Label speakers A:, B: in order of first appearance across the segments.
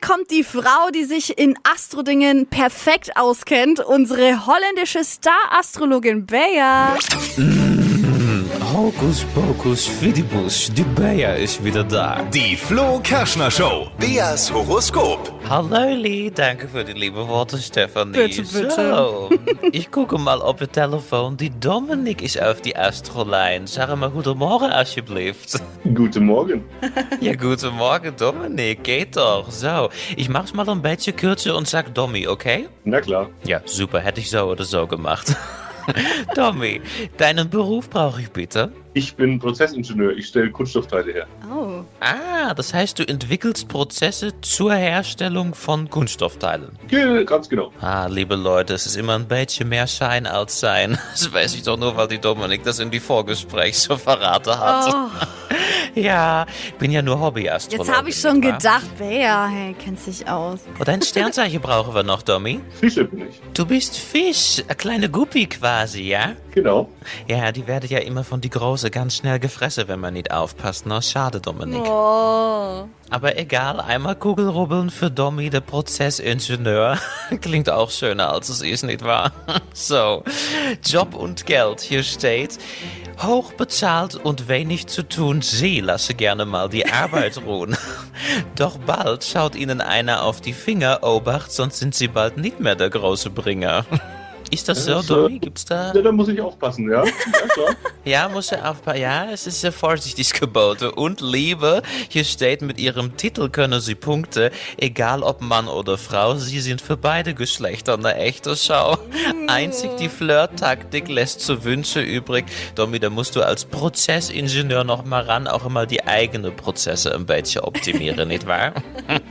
A: kommt die Frau, die sich in Astrodingen perfekt auskennt, unsere holländische Star-Astrologin Bea.
B: Hokus pokus fidibus, die Bea is wieder da.
C: Die Flo Kerschner Show. Beas Horoskop.
B: Hallo Lee, danke für die liebe Worte, Stefanie.
A: Bitte, bitte.
B: So, ich gucke mal op de telefoon. Die Dominik is auf die Astrolijn. Zeg maar goedemorgen alsjeblieft.
D: Guten Morgen.
B: Ja, goedemorgen Dominik, geht doch. So, ich mach's mal ein bisschen kürzer und sag Dommy, okay?
D: Na klar.
B: Ja, super, hätte ich so oder so gemacht. Tommy, deinen Beruf brauche ich bitte.
D: Ich bin Prozessingenieur. Ich stelle Kunststoffteile her.
A: Oh.
B: Ah, das heißt, du entwickelst Prozesse zur Herstellung von Kunststoffteilen.
D: Ge ganz genau.
B: Ah, liebe Leute, es ist immer ein bisschen mehr Schein als Sein. Das weiß ich doch nur, weil die Dominik das in die Vorgespräch so verraten hat.
A: Oh,
B: Ja, bin ja nur Hobbyastrologe.
A: jetzt habe ich schon
B: nicht wahr?
A: gedacht, Bea, hey, kennt sich aus.
B: Und ein Sternzeichen brauchen wir noch, Tommy.
D: Fische bin ich.
B: Du bist Fisch, eine kleine Guppi quasi, ja?
D: Genau.
B: Ja, die werden ja immer von die Große ganz schnell gefressen, wenn man nicht aufpasst. Na, schade, Dominik.
A: Oh.
B: Aber egal, einmal Kugelrubbeln für Dommy, der Prozessingenieur. Klingt auch schöner, als es ist, nicht wahr? So, Job und Geld, hier steht. Hoch bezahlt und wenig zu tun, Sie lassen gerne mal die Arbeit ruhen. Doch bald schaut Ihnen einer auf die Finger, Obacht, sonst sind Sie bald nicht mehr der große Bringer. Ist das so,
D: Das, äh,
B: Dommy? Gibt's da...
D: Ja, da muss ich aufpassen, ja? Ja, klar.
B: Ja, muss er aufpassen. Ja, es ist sehr vorsichtig geboten. Und Liebe, hier steht, mit ihrem Titel können sie Punkte, egal ob Mann oder Frau, sie sind für beide Geschlechter eine echte Schau. Einzig die Flirt-Taktik lässt zu Wünsche übrig. Domi, da musst du als Prozessingenieur noch mal ran, auch immer die eigene Prozesse ein bisschen optimieren, nicht wahr?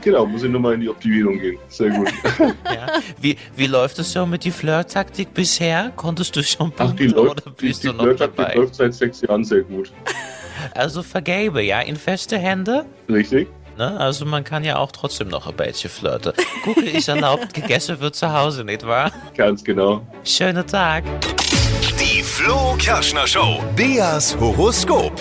D: Genau, muss ich nur mal in die Optimierung gehen. Sehr gut.
B: Ja. Wie, wie läuft es so mit die Flirt-Taktik bisher? Konntest du schon
D: Ach, die
B: Punkte
D: läuft,
B: oder
D: die,
B: bist
D: die
B: du noch
D: Flirttaktik
B: dabei?
D: läuft seit sechs Jahren sehr gut.
B: Also vergebe, ja, in feste Hände.
D: Richtig?
B: Ne? Also man kann ja auch trotzdem noch ein bisschen flirten. Google ist erlaubt, gegessen wird zu Hause, nicht wahr?
D: Ganz genau.
B: Schönen Tag.
C: Die Flo Kerschner Show. Beas Horoskop.